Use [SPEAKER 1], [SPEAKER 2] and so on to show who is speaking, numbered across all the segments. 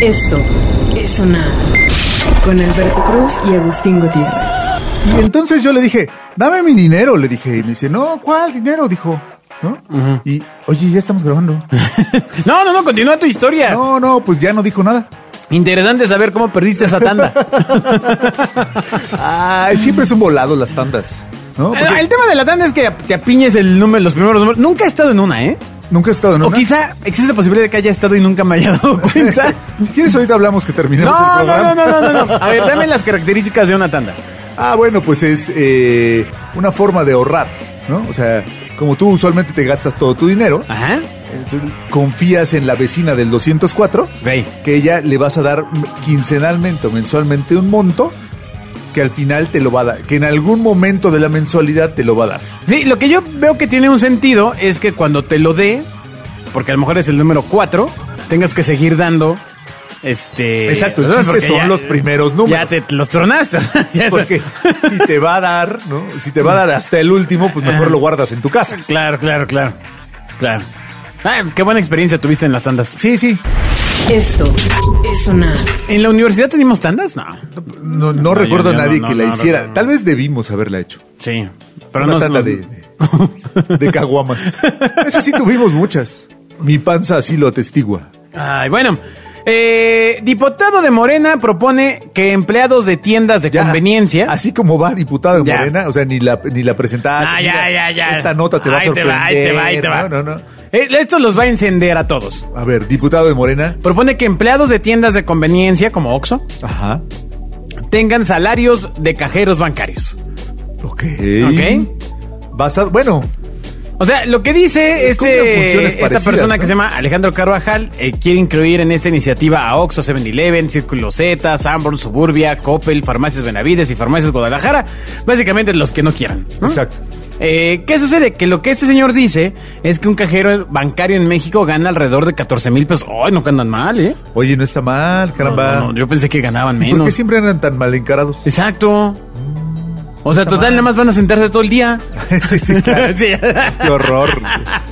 [SPEAKER 1] Esto es sonar con Alberto Cruz y Agustín Gutiérrez.
[SPEAKER 2] Y entonces yo le dije, dame mi dinero, le dije. Y me dice, no, ¿cuál dinero? Dijo, ¿no? Y, oye, ya estamos grabando.
[SPEAKER 3] No, no, no, continúa tu historia.
[SPEAKER 2] no, no, pues ya no dijo nada.
[SPEAKER 3] Interesante saber cómo perdiste esa tanda.
[SPEAKER 2] Ay, siempre es un volado las tandas, ¿no? Porque
[SPEAKER 3] el tema de la tanda es que te apiñes el número, los primeros números. Nunca he estado en una, ¿eh?
[SPEAKER 2] nunca he estado en
[SPEAKER 3] O
[SPEAKER 2] una.
[SPEAKER 3] quizá existe la posibilidad de que haya estado y nunca me haya dado cuenta.
[SPEAKER 2] si quieres, ahorita hablamos que terminemos el
[SPEAKER 3] No,
[SPEAKER 2] programa.
[SPEAKER 3] no, no, no, no, no. A ver, dame las características de una tanda.
[SPEAKER 2] Ah, bueno, pues es eh, una forma de ahorrar, ¿no? O sea, como tú usualmente te gastas todo tu dinero,
[SPEAKER 3] Ajá.
[SPEAKER 2] eh, tú confías en la vecina del 204,
[SPEAKER 3] Güey.
[SPEAKER 2] que ella le vas a dar m- quincenalmente o mensualmente un monto que al final te lo va a dar, que en algún momento de la mensualidad te lo va a dar.
[SPEAKER 3] Sí, lo que yo veo que tiene un sentido es que cuando te lo dé, porque a lo mejor es el número 4, tengas que seguir dando. Este.
[SPEAKER 2] Exacto, el
[SPEAKER 3] ¿sabes?
[SPEAKER 2] chiste
[SPEAKER 3] Porque
[SPEAKER 2] son los primeros números.
[SPEAKER 3] Ya te los tronaste. Ya es-
[SPEAKER 2] Porque si te va a dar, ¿no? Si te va a dar hasta el último, pues mejor lo guardas en tu casa.
[SPEAKER 3] Claro, claro, claro. Claro. Ah, qué buena experiencia tuviste en las tandas.
[SPEAKER 2] Sí, sí.
[SPEAKER 1] Esto es sonar
[SPEAKER 3] ¿En la universidad teníamos tandas? No.
[SPEAKER 2] No, no
[SPEAKER 3] yo-
[SPEAKER 2] recuerdo
[SPEAKER 3] yo
[SPEAKER 2] a nadie
[SPEAKER 3] no,
[SPEAKER 2] que
[SPEAKER 3] no,
[SPEAKER 2] la
[SPEAKER 3] no
[SPEAKER 2] hiciera.
[SPEAKER 3] recuerdo.
[SPEAKER 2] Tal vez debimos haberla hecho.
[SPEAKER 3] Sí. Pero
[SPEAKER 2] Una
[SPEAKER 3] no
[SPEAKER 2] tanda de, de, de caguamas. Esas sí tuvimos muchas. Mi panza así lo atestigua.
[SPEAKER 3] Ay, bueno. Eh, diputado de Morena propone que empleados de tiendas de
[SPEAKER 2] Ya,
[SPEAKER 3] conveniencia.
[SPEAKER 2] Así como va diputado de
[SPEAKER 3] Ya.
[SPEAKER 2] Morena, o sea, ni la, ni la presentaste.
[SPEAKER 3] Ah,
[SPEAKER 2] mira,
[SPEAKER 3] ya, ya, ya.
[SPEAKER 2] Esta nota te va a
[SPEAKER 3] Ahí
[SPEAKER 2] sorprender.
[SPEAKER 3] ahí te va, ahí te va.
[SPEAKER 2] No, no, no.
[SPEAKER 3] Eh, esto los va a encender a todos.
[SPEAKER 2] A ver, diputado de Morena.
[SPEAKER 3] Propone que empleados de tiendas de conveniencia, como Oxxo,
[SPEAKER 2] Ajá.
[SPEAKER 3] tengan salarios de cajeros bancarios.
[SPEAKER 2] Ok.
[SPEAKER 3] Ok.
[SPEAKER 2] Basado, bueno,
[SPEAKER 3] O sea, lo que dice
[SPEAKER 2] Es como unas
[SPEAKER 3] este,
[SPEAKER 2] funciones
[SPEAKER 3] esta
[SPEAKER 2] parecidas,
[SPEAKER 3] persona
[SPEAKER 2] ¿no?
[SPEAKER 3] que se llama Alejandro Carvajal eh, quiere incluir en esta iniciativa a Oxxo, 7-Eleven, Círculo Z, Sanborns, Suburbia, Coppel, Farmacias Benavides y Farmacias Guadalajara. Básicamente los que no quieran. ¿no?
[SPEAKER 2] Exacto.
[SPEAKER 3] Eh, ¿Qué sucede? Que lo que este señor dice es que un cajero bancario en México gana alrededor de 14 mil pesos. ¡Ay, no andan mal, eh!
[SPEAKER 2] oye, no está mal, caramba.
[SPEAKER 3] No, no, yo pensé que ganaban
[SPEAKER 2] ¿Y ¿Por qué
[SPEAKER 3] menos.
[SPEAKER 2] siempre eran tan mal encarados?
[SPEAKER 3] Exacto. O sea, total, nada más van a sentarse todo el día.
[SPEAKER 2] sí, sí, claro.
[SPEAKER 3] Sí.
[SPEAKER 2] Qué horror.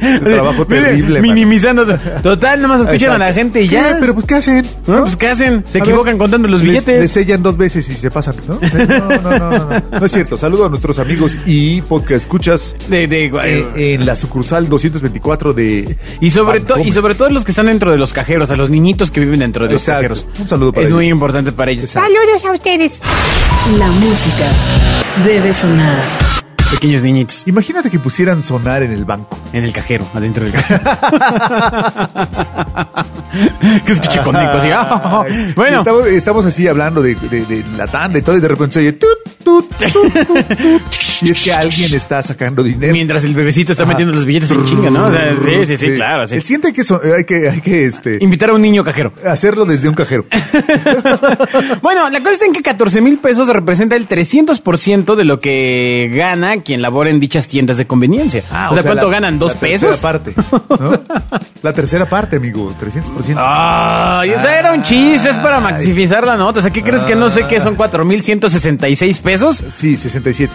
[SPEAKER 2] Un trabajo
[SPEAKER 3] Mire,
[SPEAKER 2] terrible. man.
[SPEAKER 3] Minimizando. Total, nomás escuchan a la
[SPEAKER 2] Exacto.
[SPEAKER 3] gente y
[SPEAKER 2] ¿Qué?
[SPEAKER 3] ya.
[SPEAKER 2] Pero pues, ¿qué hacen?
[SPEAKER 3] No, pues, ¿qué hacen?
[SPEAKER 2] A
[SPEAKER 3] Se equivocan
[SPEAKER 2] ver,
[SPEAKER 3] contando los
[SPEAKER 2] les-
[SPEAKER 3] billetes.
[SPEAKER 2] Les sellan dos veces y se pasan, ¿no? No, no, no, no. No, No es cierto. Saludo a nuestros amigos y podcast escuchas
[SPEAKER 3] De- de-
[SPEAKER 2] eh, en la sucursal 224 de...
[SPEAKER 3] y sobre todo y
[SPEAKER 2] Bancomer.
[SPEAKER 3] sobre todo los que están dentro de los cajeros, a los niñitos que viven dentro de los
[SPEAKER 2] Exacto.
[SPEAKER 3] cajeros.
[SPEAKER 2] Un saludo para
[SPEAKER 3] Es
[SPEAKER 2] ellos.
[SPEAKER 3] muy importante para ellos.
[SPEAKER 2] Exacto.
[SPEAKER 3] Saludos a ustedes,
[SPEAKER 1] la música debe sonar.
[SPEAKER 3] pequeños niñitos
[SPEAKER 2] Imagínate que pusieran sonar en el banco.
[SPEAKER 3] en el cajero, adentro del cajero. que escuche con eco, así. ah,
[SPEAKER 2] Ay,
[SPEAKER 3] Bueno,
[SPEAKER 2] Estamos, estamos así hablando de, de- de la tanda y todo, y de repente se oye... tut, tut, tut, tut, tut. y es que alguien está sacando dinero.
[SPEAKER 3] mientras el bebecito está
[SPEAKER 2] Ajá.
[SPEAKER 3] metiendo los billetes en chinga, ¿no? O sea, sí, sí, sí, claro, sí.
[SPEAKER 2] El siguiente hay que, son- hay que, hay que este,
[SPEAKER 3] Invitar a un niño cajero.
[SPEAKER 2] hacerlo desde un cajero.
[SPEAKER 3] bueno, la cosa es en que 14 mil pesos representa el 300% de lo que gana quien labora en dichas tiendas de conveniencia. Ah, o, sea, ¿cuánto
[SPEAKER 2] Ah, la-
[SPEAKER 3] ganan? ¿Dos
[SPEAKER 2] la
[SPEAKER 3] pesos?
[SPEAKER 2] tercera parte, ¿no? la tercera parte, amigo, 300%.
[SPEAKER 3] Ah. Ay, esa era un chiste, es para maximizar la nota. O sea, ¿qué crees que no sé qué son 4,166 pesos?
[SPEAKER 2] Sí, 67.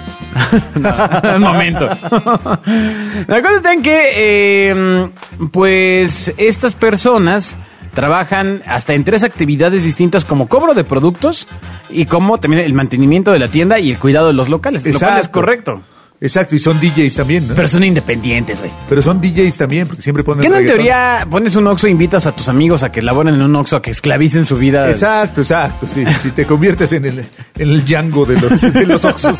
[SPEAKER 3] Un momento. La cosa está en que, eh, pues, estas personas trabajan hasta en tres actividades distintas como cobro de productos y como también el mantenimiento de la tienda y el cuidado de los locales, lo cual es
[SPEAKER 2] Exacto.
[SPEAKER 3] correcto.
[SPEAKER 2] Exacto, y son DJs también, ¿no? Pero,
[SPEAKER 3] Pero son independientes, güey.
[SPEAKER 2] son DJs también, porque siempre ponen
[SPEAKER 3] ¿Qué no en
[SPEAKER 2] reggaetón.
[SPEAKER 3] teoría pones un Oxxo e invitas a tus amigos a que laboren en un Oxxo, a que esclavicen su vida?
[SPEAKER 2] Exacto, exacto, sí. si te conviertes en el, en el Django de los, de los Oxxos.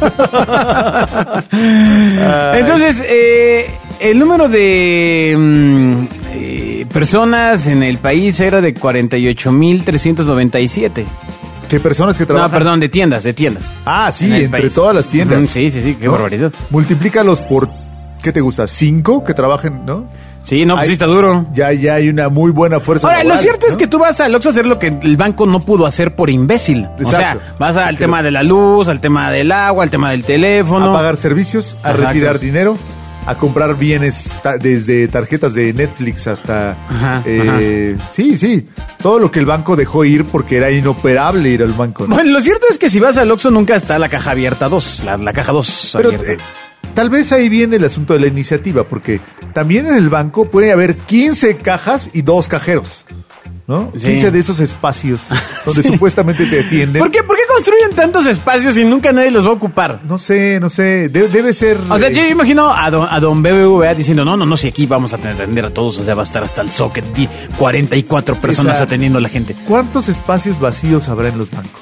[SPEAKER 3] Entonces, eh, el número de mm, eh, personas en el país era de 48.397.
[SPEAKER 2] ¿Qué personas que
[SPEAKER 3] No,
[SPEAKER 2] trabajan?
[SPEAKER 3] perdón, de tiendas, de tiendas.
[SPEAKER 2] Ah, sí,
[SPEAKER 3] En el
[SPEAKER 2] entre
[SPEAKER 3] país.
[SPEAKER 2] todas las tiendas.
[SPEAKER 3] Ujú, sí, sí, sí, qué
[SPEAKER 2] ¿no?
[SPEAKER 3] barbaridad.
[SPEAKER 2] Multiplícalos por, ¿qué te gusta? ¿Cinco que trabajen, no?
[SPEAKER 3] Sí, no, pues
[SPEAKER 2] Ahí-
[SPEAKER 3] sí está duro.
[SPEAKER 2] Ya, ya hay una muy buena fuerza
[SPEAKER 3] Ahora, lo
[SPEAKER 2] laboral,
[SPEAKER 3] cierto es
[SPEAKER 2] ¿no?
[SPEAKER 3] que tú vas al Oxxo a hacer lo que el banco no pudo hacer por imbécil. O sea,
[SPEAKER 2] Exacto.
[SPEAKER 3] vas al
[SPEAKER 2] Pero-
[SPEAKER 3] tema de la luz, al tema del agua, al tema del teléfono.
[SPEAKER 2] a pagar servicios, a
[SPEAKER 3] Exacto.
[SPEAKER 2] retirar dinero, a comprar bienes ta- desde tarjetas de Netflix hasta...
[SPEAKER 3] Ajá,
[SPEAKER 2] eh, Sí, sí, todo lo que el banco dejó ir porque era inoperable ir al banco. ¿no?
[SPEAKER 3] Bueno, lo cierto es que si vas al Oxxo nunca está la caja abierta 2, la, la caja 2
[SPEAKER 2] Pero
[SPEAKER 3] abierta.
[SPEAKER 2] eh, tal vez ahí viene el asunto de la iniciativa, porque también en el banco puede haber 15 cajas y dos cajeros. ¿no?
[SPEAKER 3] Sí.
[SPEAKER 2] 15 de esos espacios donde supuestamente te atienden.
[SPEAKER 3] ¿Por qué, ¿Por qué construyen tantos espacios y nunca nadie los va a ocupar?
[SPEAKER 2] No sé, no sé. de- debe ser.
[SPEAKER 3] O sea,
[SPEAKER 2] eh,
[SPEAKER 3] yo imagino a don, a don BBVA diciendo, no, no, no, si aquí vamos a tener- atender a todos, o sea, va a estar hasta el socket y 44 personas
[SPEAKER 2] Exacto.
[SPEAKER 3] atendiendo a la gente.
[SPEAKER 2] ¿Cuántos espacios vacíos habrá en los bancos?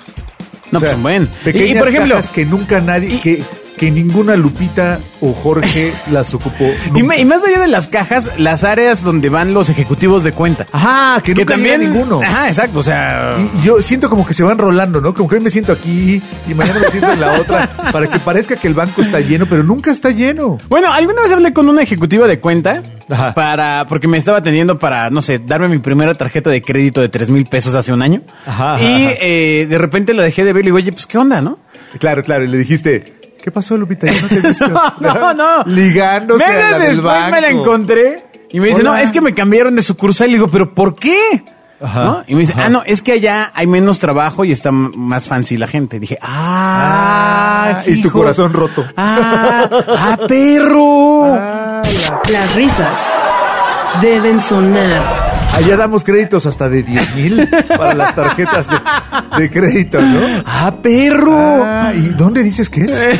[SPEAKER 3] No,
[SPEAKER 2] O sea,
[SPEAKER 3] pues un buen. Y-
[SPEAKER 2] Pequeñas
[SPEAKER 3] y por ejemplo,
[SPEAKER 2] cajas que nunca nadie, que, que ninguna Lupita o Jorge las ocupó.
[SPEAKER 3] Y,
[SPEAKER 2] nunca.
[SPEAKER 3] ma- y más allá de las cajas, las áreas donde van los ejecutivos de cuenta.
[SPEAKER 2] Ajá, que, nunca también ninguno.
[SPEAKER 3] Ajá, exacto, o sea.
[SPEAKER 2] Y y yo siento como que se van rolando, ¿no? Como que hoy me siento aquí y mañana me siento en la otra para que parezca que el banco está lleno, pero nunca está lleno.
[SPEAKER 3] Bueno, alguna vez hablé con una ejecutiva de cuenta
[SPEAKER 2] Ajá.
[SPEAKER 3] para porque me estaba atendiendo para, no sé, darme mi primera tarjeta de crédito de 3 mil pesos hace un año.
[SPEAKER 2] Ajá, ajá,
[SPEAKER 3] y
[SPEAKER 2] ajá.
[SPEAKER 3] eh, de repente la dejé de ver y le digo, oye, pues qué onda, ¿no?
[SPEAKER 2] Claro, claro, y le dijiste, ¿qué pasó, Lupita? Yo no te he visto.
[SPEAKER 3] no, no.
[SPEAKER 2] Ligándose
[SPEAKER 3] Meses
[SPEAKER 2] a la del
[SPEAKER 3] después
[SPEAKER 2] banco.
[SPEAKER 3] me la encontré y me dice,
[SPEAKER 2] Hola.
[SPEAKER 3] no, es que me cambiaron de sucursal. Y le digo, ¿pero por qué?
[SPEAKER 2] Ajá.
[SPEAKER 3] ¿No? Y me dice,
[SPEAKER 2] Ajá.
[SPEAKER 3] ah, no, es que allá hay menos trabajo y está m- más fancy la gente. Y dije, ah,
[SPEAKER 2] Ah, y tu
[SPEAKER 3] hijo.
[SPEAKER 2] corazón roto.
[SPEAKER 3] Ah, ah, perro.
[SPEAKER 2] Ah, la-
[SPEAKER 1] Las risas deben sonar.
[SPEAKER 2] Allá damos créditos hasta de 10 mil para las tarjetas de, de crédito, ¿no?
[SPEAKER 3] Ah, perro.
[SPEAKER 2] Ah, ¿Y dónde dices que es?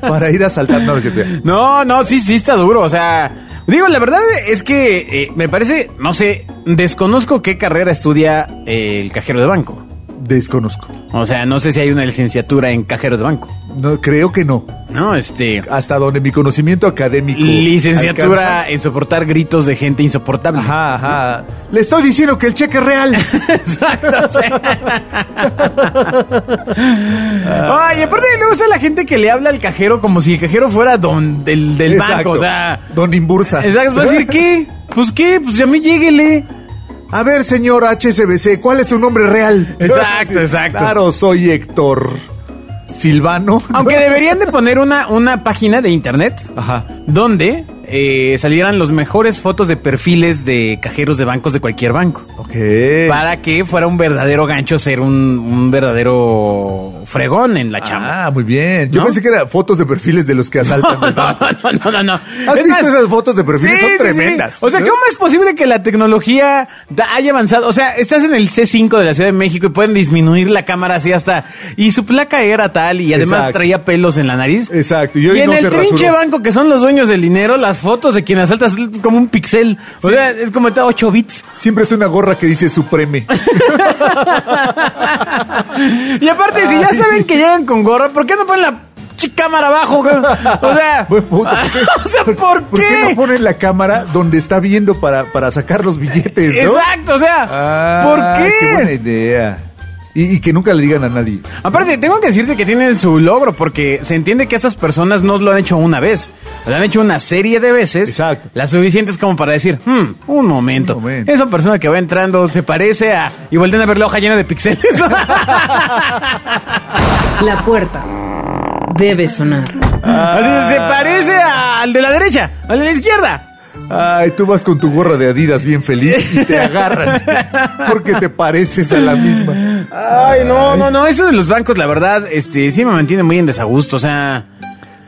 [SPEAKER 2] Para ir a saltar. No, no es cierto.
[SPEAKER 3] No, no, sí, sí está duro. O sea, digo, la verdad es que eh, me parece, no sé, desconozco qué carrera estudia eh, el cajero de banco.
[SPEAKER 2] Desconozco.
[SPEAKER 3] O sea, no sé si hay una licenciatura en cajero de banco.
[SPEAKER 2] No, creo que no.
[SPEAKER 3] No, este.
[SPEAKER 2] Hasta donde mi conocimiento académico.
[SPEAKER 3] Licenciatura
[SPEAKER 2] alcanza.
[SPEAKER 3] en soportar gritos de gente insoportable.
[SPEAKER 2] Ajá, ajá. Le estoy diciendo que el cheque es real.
[SPEAKER 3] Exacto. o sea. Ay, aparte le gusta la gente que le habla al cajero como si el cajero fuera don del, del
[SPEAKER 2] Exacto.
[SPEAKER 3] banco. O sea.
[SPEAKER 2] Don Imbursa.
[SPEAKER 3] Exacto. Va a decir, ¿qué? Pues qué, pues a mí lléguele.
[SPEAKER 2] A ver, señor HSBC, ¿cuál es su nombre real?
[SPEAKER 3] Exacto, exacto.
[SPEAKER 2] Claro, soy Héctor Silvano.
[SPEAKER 3] Aunque deberían de poner una, una página de internet
[SPEAKER 2] Ajá.
[SPEAKER 3] donde eh, salieran los mejores fotos de perfiles de cajeros de bancos de cualquier banco.
[SPEAKER 2] Ok.
[SPEAKER 3] Para que fuera un verdadero gancho ser un, un verdadero fregón en la chamba.
[SPEAKER 2] Ah, muy bien. Yo
[SPEAKER 3] ¿No?
[SPEAKER 2] pensé que eran fotos de perfiles de los que asaltan el banco.
[SPEAKER 3] No, no, no, no.
[SPEAKER 2] ¿Has
[SPEAKER 3] Es
[SPEAKER 2] visto
[SPEAKER 3] más-
[SPEAKER 2] esas fotos de perfiles?
[SPEAKER 3] Sí,
[SPEAKER 2] Son
[SPEAKER 3] sí, sí.
[SPEAKER 2] tremendas.
[SPEAKER 3] O sea,
[SPEAKER 2] ¿no?
[SPEAKER 3] ¿cómo es posible que la tecnología da- haya avanzado? O sea, estás en el C5 de la Ciudad de México y pueden disminuir la cámara así hasta... Y su placa era tal y además
[SPEAKER 2] Exacto.
[SPEAKER 3] traía pelos en la nariz.
[SPEAKER 2] Exacto, y hoy
[SPEAKER 3] en
[SPEAKER 2] no
[SPEAKER 3] el
[SPEAKER 2] se
[SPEAKER 3] trinche
[SPEAKER 2] rasuró.
[SPEAKER 3] banco que son los dueños del dinero, las fotos de quien asaltas como un pixel. O
[SPEAKER 2] Sí.
[SPEAKER 3] sea, es como 8 bits.
[SPEAKER 2] Siempre es una gorra que dice Supreme.
[SPEAKER 3] Y aparte, si ya
[SPEAKER 2] Ay.
[SPEAKER 3] saben que llegan con gorra, ¿por qué no ponen la chi- cámara abajo? güey? O sea,
[SPEAKER 2] Buen punto.
[SPEAKER 3] o sea, ¿por
[SPEAKER 2] ¿Por qué no
[SPEAKER 3] qué?
[SPEAKER 2] ponen la cámara donde está viendo para, para sacar los billetes, no?
[SPEAKER 3] Exacto, o sea,
[SPEAKER 2] Ah,
[SPEAKER 3] ¿por qué?
[SPEAKER 2] Qué buena idea. Y, y que nunca le digan a nadie.
[SPEAKER 3] Aparte, tengo que decirte que tienen su logro, porque se entiende que esas personas no lo han hecho una vez. Lo han hecho una serie de veces.
[SPEAKER 2] Exacto.
[SPEAKER 3] Las suficientes como para decir, "Hmm, un momento.
[SPEAKER 2] Un momento.
[SPEAKER 3] Esa persona que va entrando se parece a... Y vuelven a ver la hoja llena de pixeles.
[SPEAKER 2] Ah.
[SPEAKER 1] La puerta debe sonar.
[SPEAKER 3] Así, se parece al de la derecha, al de la izquierda.
[SPEAKER 2] Ay, tú vas con tu gorra de Adidas bien feliz y te agarran porque te pareces a la misma.
[SPEAKER 3] Ay, no, no, no, eso de los bancos, la verdad, este, sí me mantiene muy en desagusto, o sea...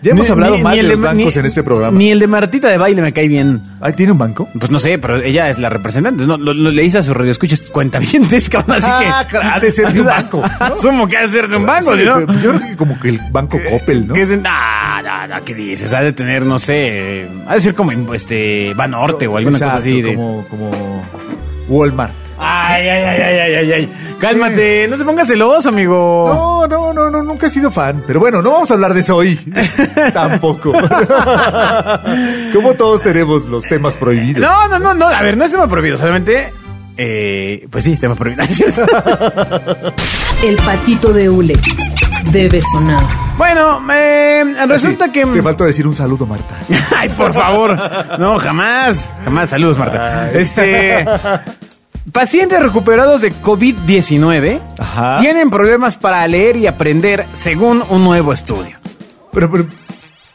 [SPEAKER 2] Ya hemos
[SPEAKER 3] ni-
[SPEAKER 2] hablado
[SPEAKER 3] ni-
[SPEAKER 2] mal
[SPEAKER 3] ni
[SPEAKER 2] de
[SPEAKER 3] el
[SPEAKER 2] los
[SPEAKER 3] Ma-
[SPEAKER 2] bancos
[SPEAKER 3] ni-
[SPEAKER 2] en este programa.
[SPEAKER 3] Ni el de Martita de baile me cae bien.
[SPEAKER 2] Ay, ¿tiene un banco?
[SPEAKER 3] Pues no sé, pero ella es la representante. No, lo, lo- le hice a su radio escuchas cuenta bien, cabrón, así
[SPEAKER 2] Ah,
[SPEAKER 3] que.
[SPEAKER 2] claro, ha de ser de un banco, ¿no?
[SPEAKER 3] Asumo que ha de ser de un banco,
[SPEAKER 2] Sí,
[SPEAKER 3] ¿no?
[SPEAKER 2] pero Yo creo que como que el banco Coppel, ¿no?
[SPEAKER 3] Que es de- ah, no, no, ¿qué dices? Ha de tener, no sé. Ha de ser como en, este Banorte o alguna
[SPEAKER 2] Exacto,
[SPEAKER 3] cosa así. De...
[SPEAKER 2] Como, como Walmart.
[SPEAKER 3] Ay, ay, ay, ay, ay, ay, ay. Cálmate, no te pongas celoso, amigo.
[SPEAKER 2] No, no, no, no, nunca he sido fan. Pero bueno, no vamos a hablar de eso hoy. Tampoco. Como todos tenemos los temas prohibidos.
[SPEAKER 3] No, no, no, no. A ver, no es tema prohibido, solamente. Eh, pues sí, es tema prohibido, ¿es cierto?
[SPEAKER 1] El patito de hule debe sonar.
[SPEAKER 3] bueno, eh, resulta
[SPEAKER 2] Ah, Sí,
[SPEAKER 3] que.
[SPEAKER 2] Te faltó decir un saludo, Marta.
[SPEAKER 3] Ay, por favor. No, jamás. Jamás. Saludos, Marta. Este. Pacientes recuperados de COVID-19
[SPEAKER 2] Ajá.
[SPEAKER 3] tienen problemas para leer y aprender según un nuevo estudio.
[SPEAKER 2] Pero, pero,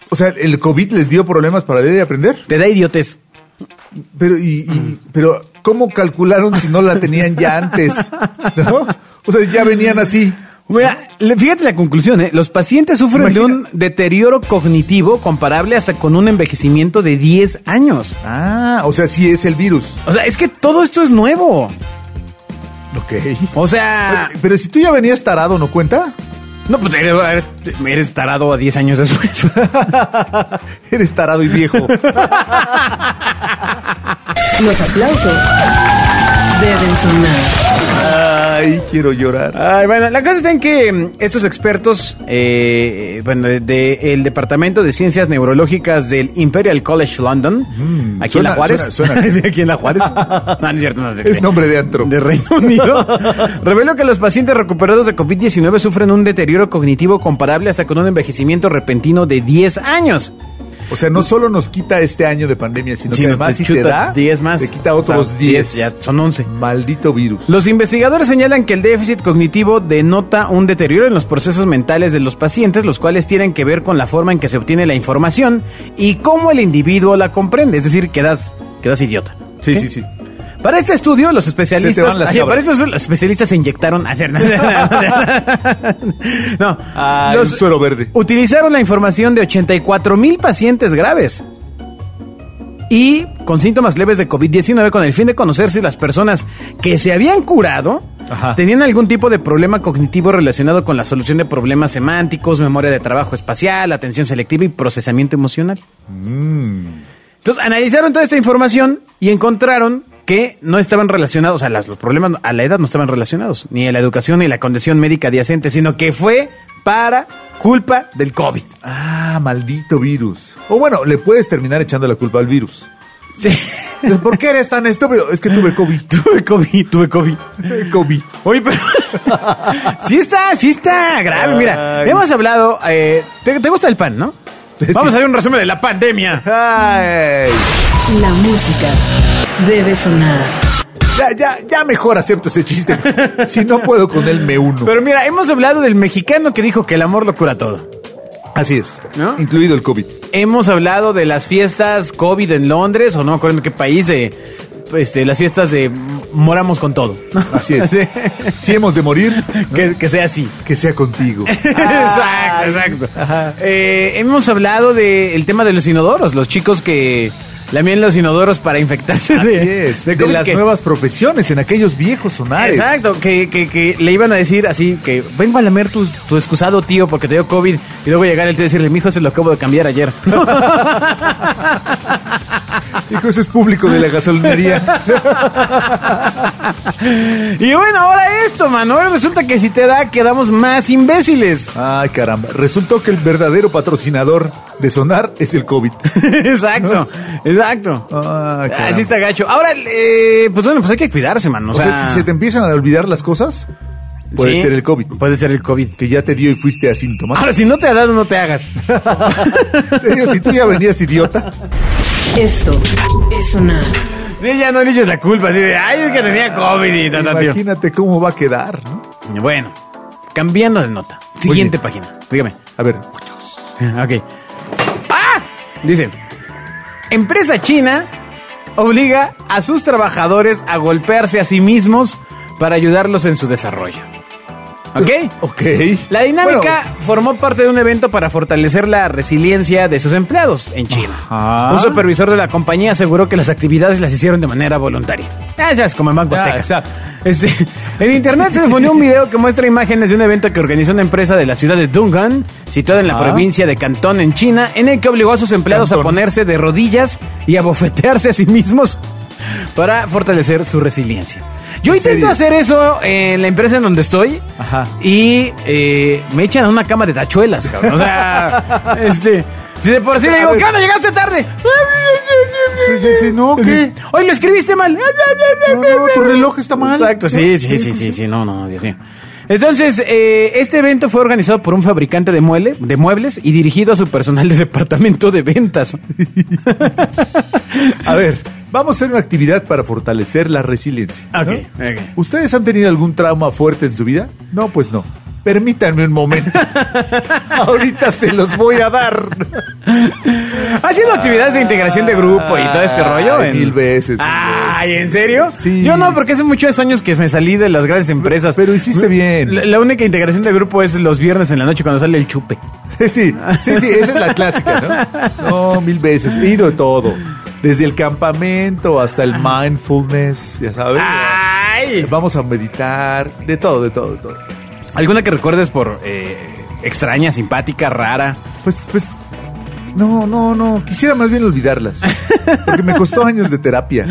[SPEAKER 2] o sea, el COVID les dio problemas para leer y aprender.
[SPEAKER 3] Te da idiotez.
[SPEAKER 2] Pero, y, y- pero, ¿cómo calcularon si no la tenían ya antes? ¿No? O sea, ya venían así.
[SPEAKER 3] Mira, le- fíjate la conclusión, ¿eh? Los pacientes sufren de
[SPEAKER 2] Imagina-
[SPEAKER 3] un deterioro cognitivo comparable hasta con un envejecimiento de 10 años.
[SPEAKER 2] Ah, o sea, sí es el virus.
[SPEAKER 3] O sea, es que todo esto es nuevo.
[SPEAKER 2] Ok.
[SPEAKER 3] O sea,
[SPEAKER 2] Ah, Pero si tú ya venías tarado, ¿no cuenta?
[SPEAKER 3] no, pues eres, eres tarado a 10 años después.
[SPEAKER 2] Eres tarado y viejo.
[SPEAKER 1] Los aplausos deben sonar.
[SPEAKER 2] Ay, quiero llorar.
[SPEAKER 3] Ay, bueno, la cosa está en que mm, estos expertos, eh, bueno, del Departamento de Ciencias Neurológicas del Imperial College London, aquí
[SPEAKER 2] Mm, suena-
[SPEAKER 3] en La Juárez,
[SPEAKER 2] suena- suena.
[SPEAKER 3] Sí, aquí en La Juárez, no, no es cierto, no,
[SPEAKER 2] Es nombre de antro.
[SPEAKER 3] de Reino Unido, reveló que los pacientes recuperados de COVID-19 sufren un deterioro cognitivo comparable hasta con un envejecimiento repentino de 10 años.
[SPEAKER 2] O sea, no solo nos quita este año de pandemia, sino que
[SPEAKER 3] Sino
[SPEAKER 2] además si te
[SPEAKER 3] chuta
[SPEAKER 2] da,
[SPEAKER 3] 10 más,
[SPEAKER 2] te quita
[SPEAKER 3] O
[SPEAKER 2] otros
[SPEAKER 3] sea,
[SPEAKER 2] 10.
[SPEAKER 3] ya son 11.
[SPEAKER 2] Maldito virus.
[SPEAKER 3] Los investigadores señalan que el déficit cognitivo denota un deterioro en los procesos mentales de los pacientes, los cuales tienen que ver con la forma en que se obtiene la información y cómo el individuo la comprende, es decir, quedas, quedas idiota.
[SPEAKER 2] Sí,
[SPEAKER 3] ¿Ok?
[SPEAKER 2] sí, sí.
[SPEAKER 3] Para este estudio, los
[SPEAKER 2] Se te
[SPEAKER 3] especialistas,
[SPEAKER 2] van las
[SPEAKER 3] Ay, para
[SPEAKER 2] cabras.
[SPEAKER 3] este estudio, los especialistas se inyectaron. no,
[SPEAKER 2] Ah,
[SPEAKER 3] los-
[SPEAKER 2] un suero verde.
[SPEAKER 3] utilizaron la información de 84 mil pacientes graves y con síntomas leves de COVID-19 con el fin de conocer si las personas que se habían curado
[SPEAKER 2] Ajá.
[SPEAKER 3] tenían algún tipo de problema cognitivo relacionado con la solución de problemas semánticos, memoria de trabajo espacial, atención selectiva y procesamiento emocional. Entonces analizaron toda esta información y encontraron que no estaban relacionados, o sea, las- los problemas a la edad no estaban relacionados, ni a la educación ni la condición médica adyacente, sino que fue para culpa del COVID.
[SPEAKER 2] Ah, maldito virus. O bueno, le puedes terminar echando la culpa al virus.
[SPEAKER 3] Sí.
[SPEAKER 2] ¿Por qué eres tan estúpido? Es que tuve COVID.
[SPEAKER 3] tuve COVID, tuve COVID.
[SPEAKER 2] COVID.
[SPEAKER 3] Oye, pero. sí está, sí está grave. Mira,
[SPEAKER 2] Ay.
[SPEAKER 3] hemos hablado. eh, ¿te, te gusta el pan, no?
[SPEAKER 2] Sí.
[SPEAKER 3] Vamos a hacer un resumen de la pandemia.
[SPEAKER 2] Ay,
[SPEAKER 1] La música debe sonar.
[SPEAKER 2] ya, ya, ya mejor acepto ese chiste. Si no puedo con él, me uno.
[SPEAKER 3] Pero mira, hemos hablado del mexicano que dijo que el amor lo cura todo.
[SPEAKER 2] Así es.
[SPEAKER 3] ¿No?
[SPEAKER 2] Incluido el COVID.
[SPEAKER 3] Hemos hablado de las fiestas COVID en Londres, o no me acuerdo en qué país, de este, las fiestas de moramos con todo.
[SPEAKER 2] Así es.
[SPEAKER 3] Sí.
[SPEAKER 2] Si hemos de morir,
[SPEAKER 3] que, que sea así.
[SPEAKER 2] que sea contigo.
[SPEAKER 3] exacto, exacto. Eh, hemos hablado del tema de los inodoros, los chicos que lamían los inodoros para infectarse
[SPEAKER 2] Así
[SPEAKER 3] de,
[SPEAKER 2] es.
[SPEAKER 3] de
[SPEAKER 2] De,
[SPEAKER 3] COVID,
[SPEAKER 2] las
[SPEAKER 3] que-
[SPEAKER 2] nuevas profesiones en aquellos viejos sonares.
[SPEAKER 3] Exacto, que, que, que le iban a decir así, que vengo a lamer tu, tu excusado tío porque te dio COVID y luego llegar el tío y decirle, mijo, se lo acabo de cambiar ayer.
[SPEAKER 2] Hijo, ese es público de la gasolinería.
[SPEAKER 3] y bueno, ahora esto, mano, ahora resulta que si te da quedamos más imbéciles.
[SPEAKER 2] Ay, caramba. Resultó que el verdadero patrocinador de sonar es el COVID.
[SPEAKER 3] exacto, exacto.
[SPEAKER 2] Ah, caramba.
[SPEAKER 3] así está gacho. Ahora, eh, pues bueno, pues hay que cuidarse, mano.
[SPEAKER 2] O sea, si se te empiezan a olvidar las cosas, puede
[SPEAKER 3] Sí,
[SPEAKER 2] ser el COVID.
[SPEAKER 3] Puede ser el COVID.
[SPEAKER 2] Que ya te dio y fuiste asintomático.
[SPEAKER 3] Ahora, si no te ha dado, no te hagas.
[SPEAKER 2] Te digo, si tú ya venías idiota.
[SPEAKER 1] Esto es sonar.
[SPEAKER 3] Sí, ya no le eches la culpa, así de, ay, es que tenía COVID y ta, ta, tío".
[SPEAKER 2] Imagínate cómo va a quedar. ¿no?
[SPEAKER 3] Bueno, cambiando de nota. Siguiente página. Dígame.
[SPEAKER 2] A ver,
[SPEAKER 3] Ok. ¡Ah! Dice, empresa china obliga a sus trabajadores a golpearse a sí mismos para ayudarlos en su desarrollo. ¿Ok?
[SPEAKER 2] ok.
[SPEAKER 3] La dinámica formó parte de un evento para fortalecer la resiliencia de sus empleados en China.
[SPEAKER 2] Ajá.
[SPEAKER 3] Un supervisor de la compañía aseguró que las actividades las hicieron de manera voluntaria. Ah, ya es como en Banco
[SPEAKER 2] Ah,
[SPEAKER 3] Azteca.
[SPEAKER 2] exacto.
[SPEAKER 3] Este, en internet se difundió un video que muestra imágenes de un evento que organizó una empresa de la ciudad de Dungan, situada en la
[SPEAKER 2] Ajá.
[SPEAKER 3] provincia de Cantón, en China, en el que obligó a sus empleados a
[SPEAKER 2] Cantón.
[SPEAKER 3] ponerse de rodillas y a bofetearse a sí mismos para fortalecer su resiliencia. Yo
[SPEAKER 2] ¿En
[SPEAKER 3] intento
[SPEAKER 2] serio?
[SPEAKER 3] hacer eso en la empresa en donde estoy
[SPEAKER 2] Ajá.
[SPEAKER 3] y eh, me echan a una cama de tachuelas, cabrón. O sea, este. Si de por sí le
[SPEAKER 2] A
[SPEAKER 3] digo,
[SPEAKER 2] ver.
[SPEAKER 3] ¿qué onda? Llegaste tarde.
[SPEAKER 2] Sí, sí, sí, no, ¿qué?
[SPEAKER 3] Hoy lo escribiste mal.
[SPEAKER 2] No, no, tu reloj está mal.
[SPEAKER 3] Exacto, sí, sí, sí, sí, sí, no, no, Dios mío. Entonces, eh, este evento fue organizado por un fabricante de, mueble, de muebles y dirigido a su personal del departamento de ventas.
[SPEAKER 2] A ver, vamos a hacer una actividad para fortalecer la resiliencia. ¿no?
[SPEAKER 3] Ok, ok.
[SPEAKER 2] ¿Ustedes han tenido algún trauma fuerte en su vida? No, pues no. Permítanme un momento. Ahorita se los voy a dar.
[SPEAKER 3] ¿Ha sido actividades de integración de grupo y todo este rollo?
[SPEAKER 2] Ay, mil veces, mil
[SPEAKER 3] Ay, ¿en serio?
[SPEAKER 2] Sí.
[SPEAKER 3] Yo no, porque hace muchos años que me salí de las grandes empresas.
[SPEAKER 2] pero hiciste bien.
[SPEAKER 3] La, la única integración de grupo es los viernes en la noche cuando sale el chupe.
[SPEAKER 2] Sí, sí, sí, sí, esa es la clásica, ¿no? No, mil veces. He ido de todo. Desde el campamento hasta el mindfulness, ya sabes.
[SPEAKER 3] Ay.
[SPEAKER 2] Vamos a meditar, de todo, de todo, de todo.
[SPEAKER 3] ¿Alguna que recuerdes por eh, extraña, simpática, rara?
[SPEAKER 2] Pues, pues, no, no, no, quisiera más bien olvidarlas. Porque me costó años de terapia,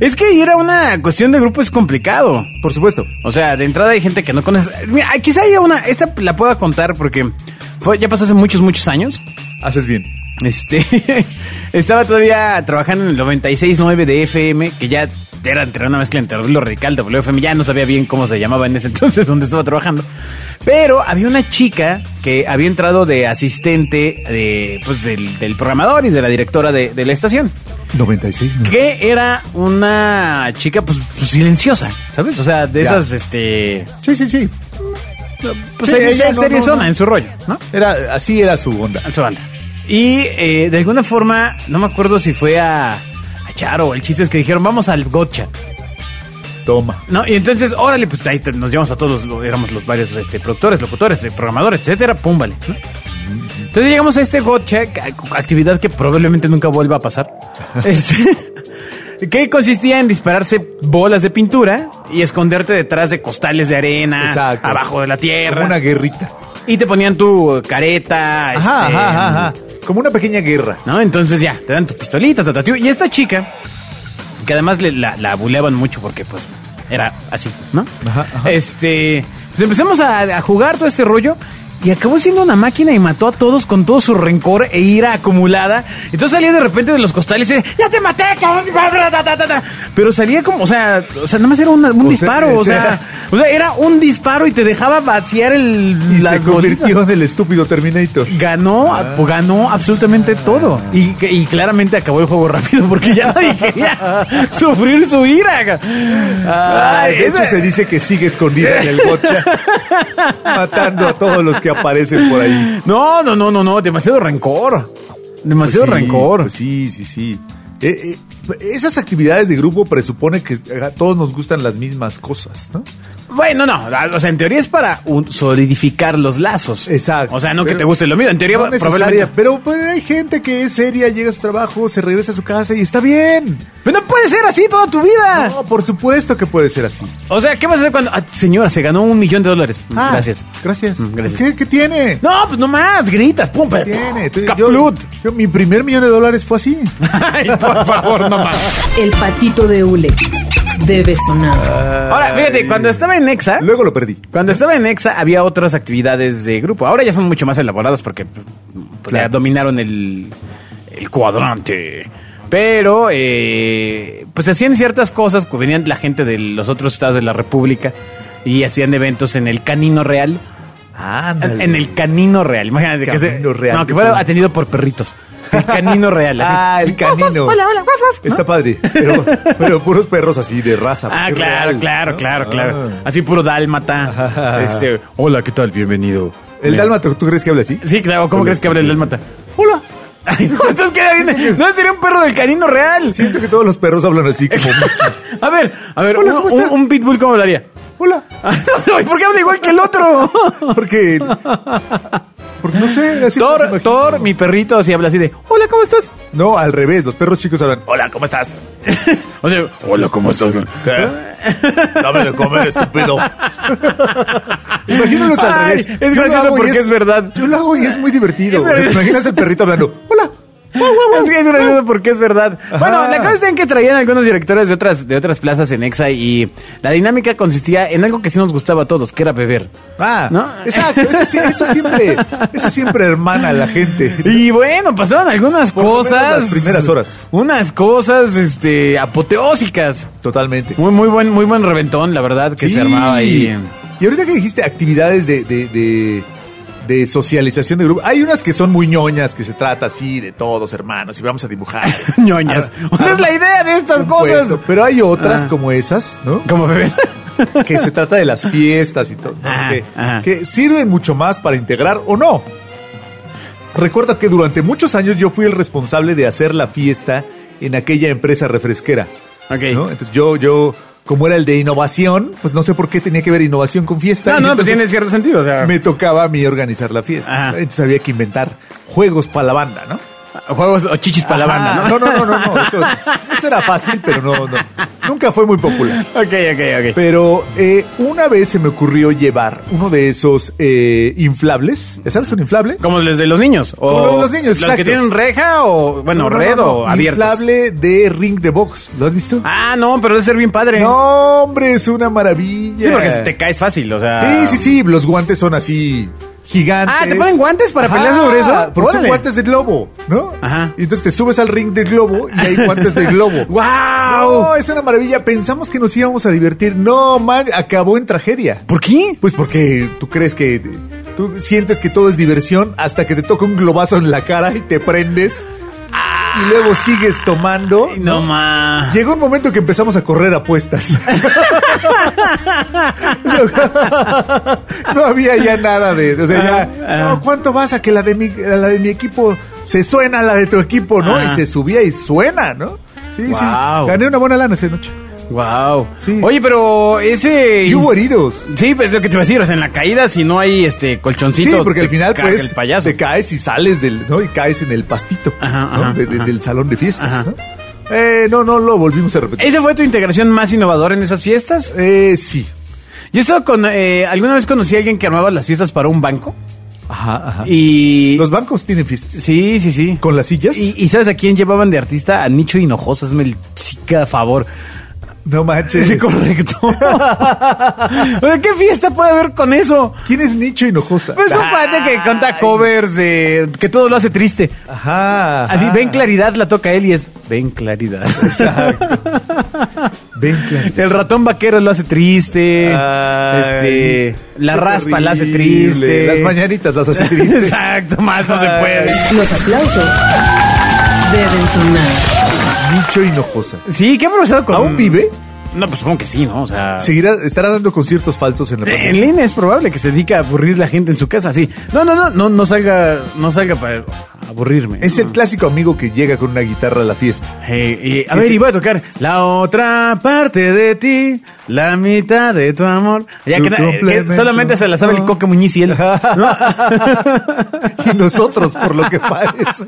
[SPEAKER 3] Es que ir a una cuestión de grupo es complicado.
[SPEAKER 2] por supuesto.
[SPEAKER 3] O sea, de entrada hay gente que no conoce. Mira, ah, quizá haya una. Esta la pueda contar porque fue, ya pasó hace muchos, muchos años.
[SPEAKER 2] Haces bien.
[SPEAKER 3] Este. estaba todavía trabajando en el 96.9 de FM, que ya era, era una mezcla entre lo radical, WFM. Ya no sabía bien cómo se llamaba en ese entonces donde estaba trabajando. Pero había una chica que había entrado de asistente de, pues, del, del programador y de la directora de- de la estación
[SPEAKER 2] 96, ¿no?
[SPEAKER 3] que era una chica pues, pues, silenciosa, ¿sabes? O sea, de
[SPEAKER 2] Ya.
[SPEAKER 3] esas, este,
[SPEAKER 2] Sí, sí, sí. Sí,
[SPEAKER 3] pues, serie-
[SPEAKER 2] ella no,
[SPEAKER 3] serie
[SPEAKER 2] no,
[SPEAKER 3] zona
[SPEAKER 2] no.
[SPEAKER 3] en su rollo, ¿no?
[SPEAKER 2] Era, así era su onda.
[SPEAKER 3] En su banda. Y eh, de alguna forma, no me acuerdo si fue a, a Charo, el chiste es que dijeron, vamos al gotcha,
[SPEAKER 2] Toma.
[SPEAKER 3] ¿no? Y entonces, órale, pues ahí te- nos llevamos a todos, lo- éramos los varios este, productores, locutores, eh, programadores, etcétera, pum, vale, ¿no? Entonces llegamos a este gotcha, ca- actividad que probablemente nunca vuelva a pasar. Este, que consistía en dispararse bolas de pintura y esconderte detrás de costales de arena,
[SPEAKER 2] Exacto.
[SPEAKER 3] abajo de la tierra.
[SPEAKER 2] Como una guerrita.
[SPEAKER 3] Y te ponían tu careta,
[SPEAKER 2] Ajá,
[SPEAKER 3] este,
[SPEAKER 2] ajá, ajá, ajá. Como una pequeña guerra.
[SPEAKER 3] ¿no? Entonces ya, te dan tu pistolita, ta, ta, tiu. Y esta chica, que además le- la, la buleaban mucho porque pues era así, ¿no?
[SPEAKER 2] Ajá, ajá.
[SPEAKER 3] Este, pues empezamos a, a jugar todo este rollo y acabó siendo una máquina y mató a todos con todo su rencor e ira acumulada. Entonces salía de repente de los costales y decía, ya te maté, cabrón. bla, bla, ta, ta, ta, ta". Pero salía como, o sea, o sea, nada más era una- un
[SPEAKER 2] O sea,
[SPEAKER 3] disparo, o
[SPEAKER 2] o sea-
[SPEAKER 3] sea, o sea, era un disparo y te dejaba vaciar el...
[SPEAKER 2] Y
[SPEAKER 3] las
[SPEAKER 2] se
[SPEAKER 3] bolitas
[SPEAKER 2] convirtió en el estúpido Terminator.
[SPEAKER 3] ganó,
[SPEAKER 2] Ah.
[SPEAKER 3] pues, ganó absolutamente todo. Y, que- y claramente acabó el juego rápido porque ya nadie quería sufrir su ira.
[SPEAKER 2] Ah,
[SPEAKER 3] Ay,
[SPEAKER 2] de hecho,
[SPEAKER 3] esa-
[SPEAKER 2] se dice que sigue escondida en el gocha, matando a todos los que aparecen por ahí.
[SPEAKER 3] No, no, no, no, no, demasiado rencor. Demasiado
[SPEAKER 2] Pues sí,
[SPEAKER 3] rencor.
[SPEAKER 2] pues sí, sí, sí. Eh, eh, esas actividades de grupo presupone que a todos nos gustan las mismas cosas, ¿no?
[SPEAKER 3] Bueno, no, o sea, en teoría es para un- solidificar los lazos. O sea, no que
[SPEAKER 2] Pero-
[SPEAKER 3] te guste lo mío, en teoría
[SPEAKER 2] no
[SPEAKER 3] probablemente.
[SPEAKER 2] necesaria, pero, pero hay gente que es seria, llega a su trabajo, se regresa a su casa y está bien.
[SPEAKER 3] Pero no puede ser así toda tu vida.
[SPEAKER 2] No, por supuesto que puede ser así.
[SPEAKER 3] O sea, ¿qué vas a hacer cuando... ah, señora, se ganó un millón de dólares. Mm,
[SPEAKER 2] Ah,
[SPEAKER 3] gracias.
[SPEAKER 2] Gracias.
[SPEAKER 3] Mm, gracias.
[SPEAKER 2] ¿Qué, qué tiene?
[SPEAKER 3] No, pues no más, gritas, pum, pe-
[SPEAKER 2] ¿Qué tiene? Tú- yo-
[SPEAKER 3] Caplut.
[SPEAKER 2] yo- mi primer millón de dólares fue así.
[SPEAKER 3] Ay, por favor, no más.
[SPEAKER 1] El patito de Ule debe sonar.
[SPEAKER 2] Ah,
[SPEAKER 3] Ahora, fíjate,
[SPEAKER 2] Ay.
[SPEAKER 3] cuando estaba en Exa,
[SPEAKER 2] Luego lo perdí.
[SPEAKER 3] cuando estaba en Exa había otras actividades de grupo. Ahora ya son mucho más elaboradas porque pues, ya dominaron el, el cuadrante. Pero, eh, pues hacían ciertas cosas, pues, venían la gente de los otros estados de la República y hacían eventos en el Canino Real. En, en el Canino Real, imagínate. que
[SPEAKER 2] Canino
[SPEAKER 3] se-
[SPEAKER 2] Real.
[SPEAKER 3] No, que fuera atendido por perritos. El Canino Real. así.
[SPEAKER 2] Ah, el canino.
[SPEAKER 1] Hola, hola, guaf, guaf.
[SPEAKER 2] Está padre, pero, pero puros perros así de raza.
[SPEAKER 3] Ah,
[SPEAKER 2] es
[SPEAKER 3] claro,
[SPEAKER 2] real,
[SPEAKER 3] claro,
[SPEAKER 2] ¿no?
[SPEAKER 3] claro, claro.
[SPEAKER 2] Ah.
[SPEAKER 3] Así puro dálmata.
[SPEAKER 2] Ajá.
[SPEAKER 3] Este, hola, ¿qué tal? Bienvenido.
[SPEAKER 2] El
[SPEAKER 3] Mira.
[SPEAKER 2] dálmata, ¿tú crees que habla así?
[SPEAKER 3] Sí, claro, ¿cómo
[SPEAKER 2] Hola.
[SPEAKER 3] crees que abre el dálmata?
[SPEAKER 2] Hola.
[SPEAKER 3] Ay, no, entonces queda bien. No, sería un perro del canino real.
[SPEAKER 2] Siento que todos los perros hablan así como
[SPEAKER 3] A ver, a ver,
[SPEAKER 2] Hola,
[SPEAKER 3] un,
[SPEAKER 2] ¿cómo
[SPEAKER 3] un-
[SPEAKER 2] estás?
[SPEAKER 3] un pitbull, ¿cómo hablaría?
[SPEAKER 2] Hola.
[SPEAKER 3] Ah, no, ¿y ¿Por qué habla igual que el otro?
[SPEAKER 2] Porque porque no sé, así los
[SPEAKER 3] Thor,
[SPEAKER 2] imagino.
[SPEAKER 3] Thor, mi perrito, así habla así de, hola, ¿cómo estás?
[SPEAKER 2] No, al revés, los perros chicos hablan.
[SPEAKER 3] Hola, ¿cómo estás? O sea, hola, ¿cómo estás?
[SPEAKER 2] Dame de comer, estúpido. Imagínalos al
[SPEAKER 3] Ay,
[SPEAKER 2] revés.
[SPEAKER 3] es
[SPEAKER 2] Yo lo
[SPEAKER 3] gracioso
[SPEAKER 2] hago y
[SPEAKER 3] porque es verdad.
[SPEAKER 2] Yo lo hago y es muy divertido.
[SPEAKER 3] Es verdad.
[SPEAKER 2] ¿Te imaginas el perrito hablando? Hola.
[SPEAKER 3] Es que es una ayuda porque es verdad.
[SPEAKER 2] Ah, Ajá.
[SPEAKER 3] Bueno, la cosa está en que traían algunos directores de otras, de otras plazas en Exa y la dinámica consistía en algo que sí nos gustaba a todos, que era beber.
[SPEAKER 2] Ah,
[SPEAKER 3] ¿No?
[SPEAKER 2] exacto. Eso, sí- eso siempre, eso siempre hermana a la gente.
[SPEAKER 3] Y bueno, pasaron algunas
[SPEAKER 2] Por lo menos
[SPEAKER 3] cosas.
[SPEAKER 2] las primeras horas.
[SPEAKER 3] Unas cosas este apoteósicas.
[SPEAKER 2] Totalmente.
[SPEAKER 3] Muy, muy buen, muy buen reventón, la verdad, que
[SPEAKER 2] Sí.
[SPEAKER 3] se armaba ahí.
[SPEAKER 2] Y ahorita que dijiste actividades de, de, de- de socialización de grupo, hay unas que son muy ñoñas, que se trata así de todos hermanos y vamos a dibujar.
[SPEAKER 3] ñoñas. O sea, es la idea de estas
[SPEAKER 2] Por
[SPEAKER 3] cosas.
[SPEAKER 2] supuesto, Pero hay otras
[SPEAKER 3] Ah.
[SPEAKER 2] como esas, ¿no?
[SPEAKER 3] Como beber.
[SPEAKER 2] que se trata de las fiestas y todo, ¿no?
[SPEAKER 3] Ajá,
[SPEAKER 2] que,
[SPEAKER 3] ajá.
[SPEAKER 2] que sirven mucho más para integrar o no. Recuerdo que durante muchos años yo fui el responsable de hacer la fiesta en aquella empresa refresquera.
[SPEAKER 3] Ok.
[SPEAKER 2] ¿no? Entonces yo, yo, como era el de innovación, pues no sé por qué tenía que ver innovación con fiesta.
[SPEAKER 3] No,
[SPEAKER 2] Y
[SPEAKER 3] no, pues
[SPEAKER 2] entonces
[SPEAKER 3] tiene cierto sentido. O sea,
[SPEAKER 2] Me tocaba a mí organizar la fiesta.
[SPEAKER 3] Ajá.
[SPEAKER 2] Entonces había que inventar juegos para la banda, ¿no?
[SPEAKER 3] juegos o chichis para
[SPEAKER 2] Ajá.
[SPEAKER 3] la banda, ¿no?
[SPEAKER 2] No, no, no, no, no, Eso, eso era fácil, pero no, no. Nunca fue muy popular.
[SPEAKER 3] Ok, ok, ok.
[SPEAKER 2] Pero eh, una vez se me ocurrió llevar uno de esos eh, inflables. ¿Ya ¿Sabes un inflable?
[SPEAKER 3] Como los de los niños. O
[SPEAKER 2] Como los de los niños,
[SPEAKER 3] Los
[SPEAKER 2] exacto.
[SPEAKER 3] que tienen reja o, bueno,
[SPEAKER 2] No, no,
[SPEAKER 3] red
[SPEAKER 2] no,
[SPEAKER 3] o
[SPEAKER 2] no,
[SPEAKER 3] abiertos.
[SPEAKER 2] Inflable de ring de box. ¿Lo has visto?
[SPEAKER 3] Ah, no, pero debe ser bien padre.
[SPEAKER 2] No, hombre, es una maravilla.
[SPEAKER 3] Sí, porque te caes fácil, o sea.
[SPEAKER 2] Sí, sí, sí, los guantes son así gigantes.
[SPEAKER 3] Ah, ¿te ponen guantes para pelear sobre eso?
[SPEAKER 2] Porque son
[SPEAKER 3] Órale.
[SPEAKER 2] guantes de globo, ¿no?
[SPEAKER 3] Ajá.
[SPEAKER 2] Y entonces te subes al ring de globo y hay guantes de globo.
[SPEAKER 3] ¡Wow!
[SPEAKER 2] No, es una maravilla. Pensamos que nos íbamos a divertir. No, man, acabó en tragedia.
[SPEAKER 3] ¿Por qué?
[SPEAKER 2] Pues porque tú crees que. Tú sientes que todo es diversión hasta que te toca un globazo en la cara y te prendes. Y luego sigues tomando.
[SPEAKER 3] Ay, No ma.
[SPEAKER 2] Llegó un momento que empezamos a correr apuestas. no había ya nada de. O sea,
[SPEAKER 3] Ah,
[SPEAKER 2] ya. No, ¿cuánto vas a que la de mi, a la de mi equipo se suena a la de tu equipo, no?
[SPEAKER 3] Ah.
[SPEAKER 2] Y se subía y suena, ¿no? Sí, sí.
[SPEAKER 3] Guau.
[SPEAKER 2] Gané una buena lana esa noche.
[SPEAKER 3] Wow.
[SPEAKER 2] Sí.
[SPEAKER 3] Oye, pero ese.
[SPEAKER 2] Y hubo heridos.
[SPEAKER 3] Sí, pero es lo que te iba a decir, o sea, en la caída si no hay este
[SPEAKER 2] Sí,
[SPEAKER 3] colchoncito.
[SPEAKER 2] porque
[SPEAKER 3] te
[SPEAKER 2] al final,
[SPEAKER 3] caga
[SPEAKER 2] pues,
[SPEAKER 3] el payaso.
[SPEAKER 2] te caes y sales del, ¿no? Y caes en el pastito,
[SPEAKER 3] Ajá,
[SPEAKER 2] ¿no?
[SPEAKER 3] ajá,
[SPEAKER 2] De- de-
[SPEAKER 3] ajá.
[SPEAKER 2] Del salón de fiestas,
[SPEAKER 3] Ajá.
[SPEAKER 2] ¿no? Eh, no, no, lo volvimos a repetir.
[SPEAKER 3] ¿Esa fue tu integración más innovadora en esas fiestas?
[SPEAKER 2] Eh, sí.
[SPEAKER 3] Yo estaba con eh, alguna vez conocí a alguien que armaba las fiestas para un banco
[SPEAKER 2] Ajá, ajá.
[SPEAKER 3] y
[SPEAKER 2] Los bancos tienen fiestas.
[SPEAKER 3] sí, sí, sí.
[SPEAKER 2] ¿Con las sillas?
[SPEAKER 3] ¿Y, y sabes a quién llevaban de artista? A Nicho Hinojosa, hazme el chica favor.
[SPEAKER 2] No manches.
[SPEAKER 3] Sí, correcto. o sea, ¿qué fiesta puede haber con eso?
[SPEAKER 2] ¿Quién es Nicho Hinojosa?
[SPEAKER 3] Pues un cuate que canta covers, eh, que todo lo hace triste.
[SPEAKER 2] Ajá, ajá.
[SPEAKER 3] Así, ven claridad, la toca él y es, ven claridad.
[SPEAKER 2] Ven claridad.
[SPEAKER 3] El ratón vaquero lo hace triste.
[SPEAKER 2] Ay,
[SPEAKER 3] este, la
[SPEAKER 2] qué
[SPEAKER 3] raspa la hace
[SPEAKER 2] terrible.
[SPEAKER 3] triste.
[SPEAKER 2] Las mañanitas las hace tristes.
[SPEAKER 3] Exacto, más no se
[SPEAKER 2] Ay.
[SPEAKER 3] puede.
[SPEAKER 1] Los aplausos deben sonar.
[SPEAKER 2] Nicho Hinojosa.
[SPEAKER 3] Sí, ¿qué ha progresado con
[SPEAKER 2] ¿Aún vive?
[SPEAKER 3] No, pues supongo que sí, ¿no? O sea.
[SPEAKER 2] ¿Seguirá, estará dando conciertos falsos en la pandemia?
[SPEAKER 3] En línea es probable que se dedique a aburrir la gente en su casa, sí. No, no, no, no, no salga, no salga para aburrirme.
[SPEAKER 2] Es el clásico amigo que llega con una guitarra a la fiesta.
[SPEAKER 3] Eh, eh, a ver, y voy a tocar la otra parte de ti, la mitad de tu amor. Ya
[SPEAKER 2] Tu
[SPEAKER 3] que, na- que
[SPEAKER 2] complemento.
[SPEAKER 3] solamente se la sabe el coque Muñiz y él. ¿no?
[SPEAKER 2] Y nosotros, por lo que parece.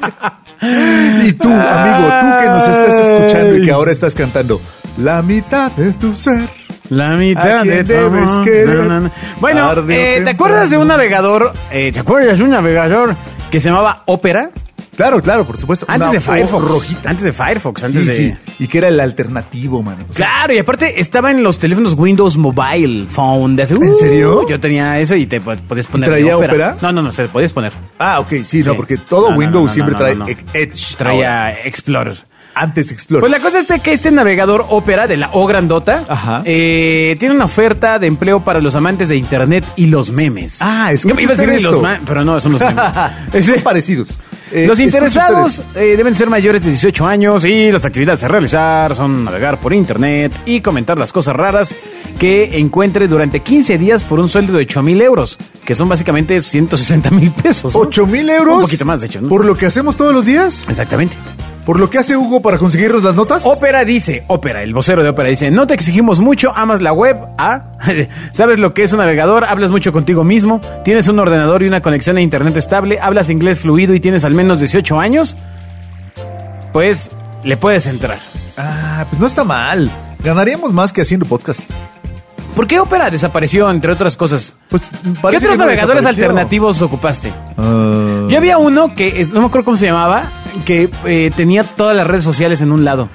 [SPEAKER 2] Y tú, amigo, tú que nos estás escuchando y que ahora estás cantando la mitad de tu ser.
[SPEAKER 3] La mitad
[SPEAKER 2] ¿A
[SPEAKER 3] de
[SPEAKER 2] quién
[SPEAKER 3] tu
[SPEAKER 2] debes
[SPEAKER 3] amor.
[SPEAKER 2] querer?
[SPEAKER 3] Na, na, na. Bueno,
[SPEAKER 2] Tarde o
[SPEAKER 3] eh, ¿te
[SPEAKER 2] temprano.
[SPEAKER 3] acuerdas de un navegador? eh, ¿Te acuerdas de un navegador que se llamaba Opera?
[SPEAKER 2] Claro, claro, por supuesto.
[SPEAKER 3] Antes
[SPEAKER 2] Una
[SPEAKER 3] de Firefox.
[SPEAKER 2] Rojita.
[SPEAKER 3] Antes de Firefox, antes
[SPEAKER 2] Sí,
[SPEAKER 3] de.
[SPEAKER 2] sí. Y que era el alternativo, mano. O sea,
[SPEAKER 3] Claro, y aparte estaba en los teléfonos Windows Mobile Phone de hace- uh,
[SPEAKER 2] ¿En serio?
[SPEAKER 3] Yo tenía eso y te po- podías poner.
[SPEAKER 2] traía
[SPEAKER 3] de
[SPEAKER 2] Opera?
[SPEAKER 3] No, no, no, se lo podías poner.
[SPEAKER 2] Ah, ok, sí,
[SPEAKER 3] Sí.
[SPEAKER 2] no, porque todo
[SPEAKER 3] No, no,
[SPEAKER 2] Windows
[SPEAKER 3] no, no,
[SPEAKER 2] siempre
[SPEAKER 3] no,
[SPEAKER 2] trae
[SPEAKER 3] no, no.
[SPEAKER 2] e- Edge. ahora.
[SPEAKER 3] Traía Explorer.
[SPEAKER 2] antes Explorer.
[SPEAKER 3] Pues la cosa es de que este navegador Opera de la O grandota
[SPEAKER 2] Ajá.
[SPEAKER 3] eh, tiene una oferta de empleo para los amantes de internet y los memes.
[SPEAKER 2] Ah,
[SPEAKER 3] es Yo
[SPEAKER 2] escucha
[SPEAKER 3] me iba a decir
[SPEAKER 2] usted
[SPEAKER 3] de los
[SPEAKER 2] esto.
[SPEAKER 3] ma- pero no, son los memes. Es-
[SPEAKER 2] Son parecidos. Eh,
[SPEAKER 3] los
[SPEAKER 2] escuchen
[SPEAKER 3] interesados
[SPEAKER 2] ustedes.
[SPEAKER 3] eh, deben ser mayores de 18 años y las actividades a realizar son navegar por internet y comentar las cosas raras que encuentre durante 15 días por un sueldo de 8 mil euros, que son básicamente 160 mil pesos. ¿no?
[SPEAKER 2] ¿Ocho mil euros?
[SPEAKER 3] Un poquito más, de hecho. ¿no?
[SPEAKER 2] ¿Por lo que hacemos todos los días?
[SPEAKER 3] Exactamente.
[SPEAKER 2] ¿Por lo que hace Hugo para conseguirnos las notas?
[SPEAKER 3] Ópera dice, Ópera, el vocero de Ópera dice, no te exigimos mucho, amas la web, ah, sabes lo que es un navegador, hablas mucho contigo mismo, tienes un ordenador y una conexión a internet estable, hablas inglés fluido y tienes al menos 18 años, pues le puedes entrar.
[SPEAKER 2] Ah, pues no está mal. Ganaríamos más que haciendo podcast.
[SPEAKER 3] ¿Por qué Ópera desapareció, entre otras cosas?
[SPEAKER 2] Pues
[SPEAKER 3] ¿Qué
[SPEAKER 2] parece
[SPEAKER 3] otros
[SPEAKER 2] que no
[SPEAKER 3] navegadores
[SPEAKER 2] desapareció.
[SPEAKER 3] alternativos ocupaste?
[SPEAKER 2] Ah,
[SPEAKER 3] Yo había uno que, eh, no me acuerdo cómo se llamaba, que eh, tenía todas las redes sociales en un lado.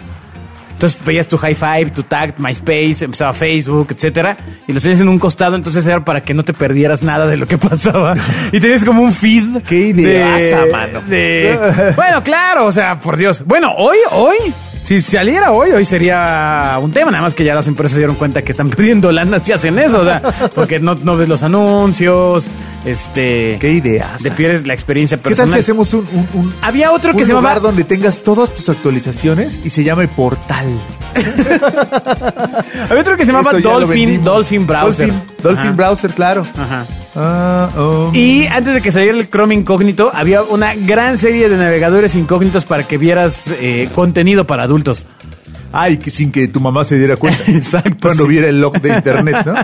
[SPEAKER 3] Entonces veías tu High Five, tu Tag, MySpace, empezaba Facebook, etcétera, y los tenías en un costado, entonces era para que no te perdieras nada de lo que pasaba. Y tenías como un feed.
[SPEAKER 2] Qué ideaza, mano.
[SPEAKER 3] de- bueno, claro, o sea, por Dios. Bueno, hoy, hoy, si saliera hoy, hoy sería un tema, nada más que ya las empresas se dieron cuenta que están pidiendo lana si hacen eso, o sea, porque no, no ves los anuncios, este...
[SPEAKER 2] Qué ideas.
[SPEAKER 3] Te pierdes la experiencia
[SPEAKER 2] ¿Qué tal
[SPEAKER 3] personal.
[SPEAKER 2] si hacemos un, un, un-
[SPEAKER 3] Había otro que
[SPEAKER 2] un
[SPEAKER 3] se
[SPEAKER 2] lugar
[SPEAKER 3] llamaba.
[SPEAKER 2] donde tengas todas tus actualizaciones y se llame Portal?
[SPEAKER 3] Había otro que se llamaba
[SPEAKER 2] Eso ya lo
[SPEAKER 3] Dolphin,
[SPEAKER 2] vendimos.
[SPEAKER 3] Dolphin Browser.
[SPEAKER 2] Dolphin, Dolphin
[SPEAKER 3] Ajá.
[SPEAKER 2] Browser, claro.
[SPEAKER 3] Ajá.
[SPEAKER 2] Ah, oh.
[SPEAKER 3] Y antes de que saliera el Chrome incógnito, había una gran serie de navegadores incógnitos para que vieras eh, contenido para adultos.
[SPEAKER 2] Ay, que sin que tu mamá se diera cuenta.
[SPEAKER 3] Exacto,
[SPEAKER 2] Cuando
[SPEAKER 3] sí.
[SPEAKER 2] viera el log de internet, ¿no?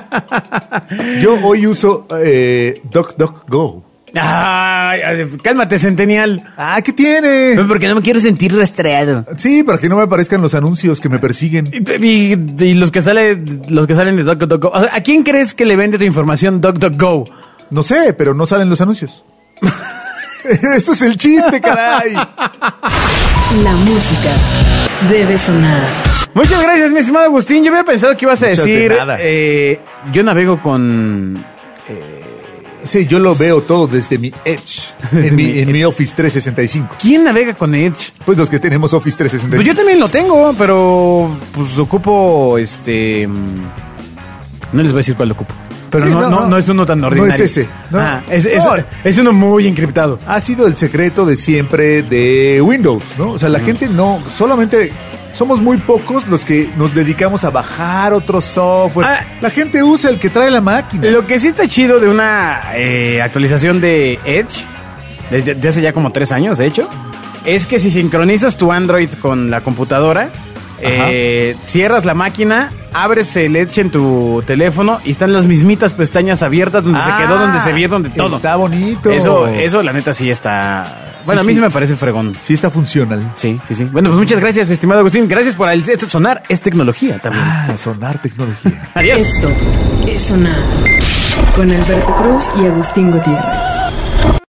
[SPEAKER 2] Yo hoy uso eh, DuckDuckGo.
[SPEAKER 3] Ay, cálmate, Centennial.
[SPEAKER 2] Ah, ¿qué tiene?
[SPEAKER 3] Porque no me quiero sentir rastreado.
[SPEAKER 2] Sí, para que no me aparezcan los anuncios que me persiguen.
[SPEAKER 3] Y, y- y los que sale, los que salen de DuckDuckGo. O sea, ¿A quién crees que le vende tu información DuckDuckGo?
[SPEAKER 2] No sé, pero no salen los anuncios. Eso es el chiste, caray.
[SPEAKER 1] La música debe sonar.
[SPEAKER 3] Muchas gracias, mi estimado Agustín. Yo había pensado que ibas a
[SPEAKER 2] Muchas de
[SPEAKER 3] decir.
[SPEAKER 2] nada.
[SPEAKER 3] eh, yo navego con.
[SPEAKER 2] Sí, yo lo veo todo desde mi Edge, en, mi, en mi Office 365.
[SPEAKER 3] ¿Quién navega con Edge?
[SPEAKER 2] Pues los que tenemos Office
[SPEAKER 3] Pues
[SPEAKER 2] 365.
[SPEAKER 3] yo también lo tengo, pero pues ocupo este. mm, No les voy a decir cuál ocupo. Pero
[SPEAKER 2] Sí,
[SPEAKER 3] no,
[SPEAKER 2] no,
[SPEAKER 3] no,
[SPEAKER 2] no.
[SPEAKER 3] no es uno tan
[SPEAKER 2] No
[SPEAKER 3] ordinario.
[SPEAKER 2] es ese, no.
[SPEAKER 3] Ah, es, es-
[SPEAKER 2] No.
[SPEAKER 3] es uno muy encriptado.
[SPEAKER 2] ha sido el secreto de siempre de Windows, ¿no? O sea, la gente no, solamente somos muy pocos los que nos dedicamos a bajar otro software.
[SPEAKER 3] Ah.
[SPEAKER 2] la gente usa el que trae la máquina.
[SPEAKER 3] Lo que sí está chido de una eh, actualización de Edge, desde, desde hace ya como tres años, de hecho, es que si sincronizas tu Android con la computadora, eh, cierras la máquina, abres el Edge en tu teléfono y están las mismitas pestañas abiertas donde
[SPEAKER 2] Ah,
[SPEAKER 3] se quedó, donde se vio, donde todo.
[SPEAKER 2] Está bonito.
[SPEAKER 3] Eso, eso la neta sí está... Bueno, a mí
[SPEAKER 2] sí.
[SPEAKER 3] sí me parece fregón.
[SPEAKER 2] Sí está funcional.
[SPEAKER 3] Sí, sí, sí. Bueno, pues muchas gracias, estimado Agustín. Gracias por el, este sonar. Es tecnología también.
[SPEAKER 2] Ah, sonar tecnología.
[SPEAKER 3] Adiós.
[SPEAKER 1] Esto es sonar. Con Alberto Cruz y Agustín Gutiérrez.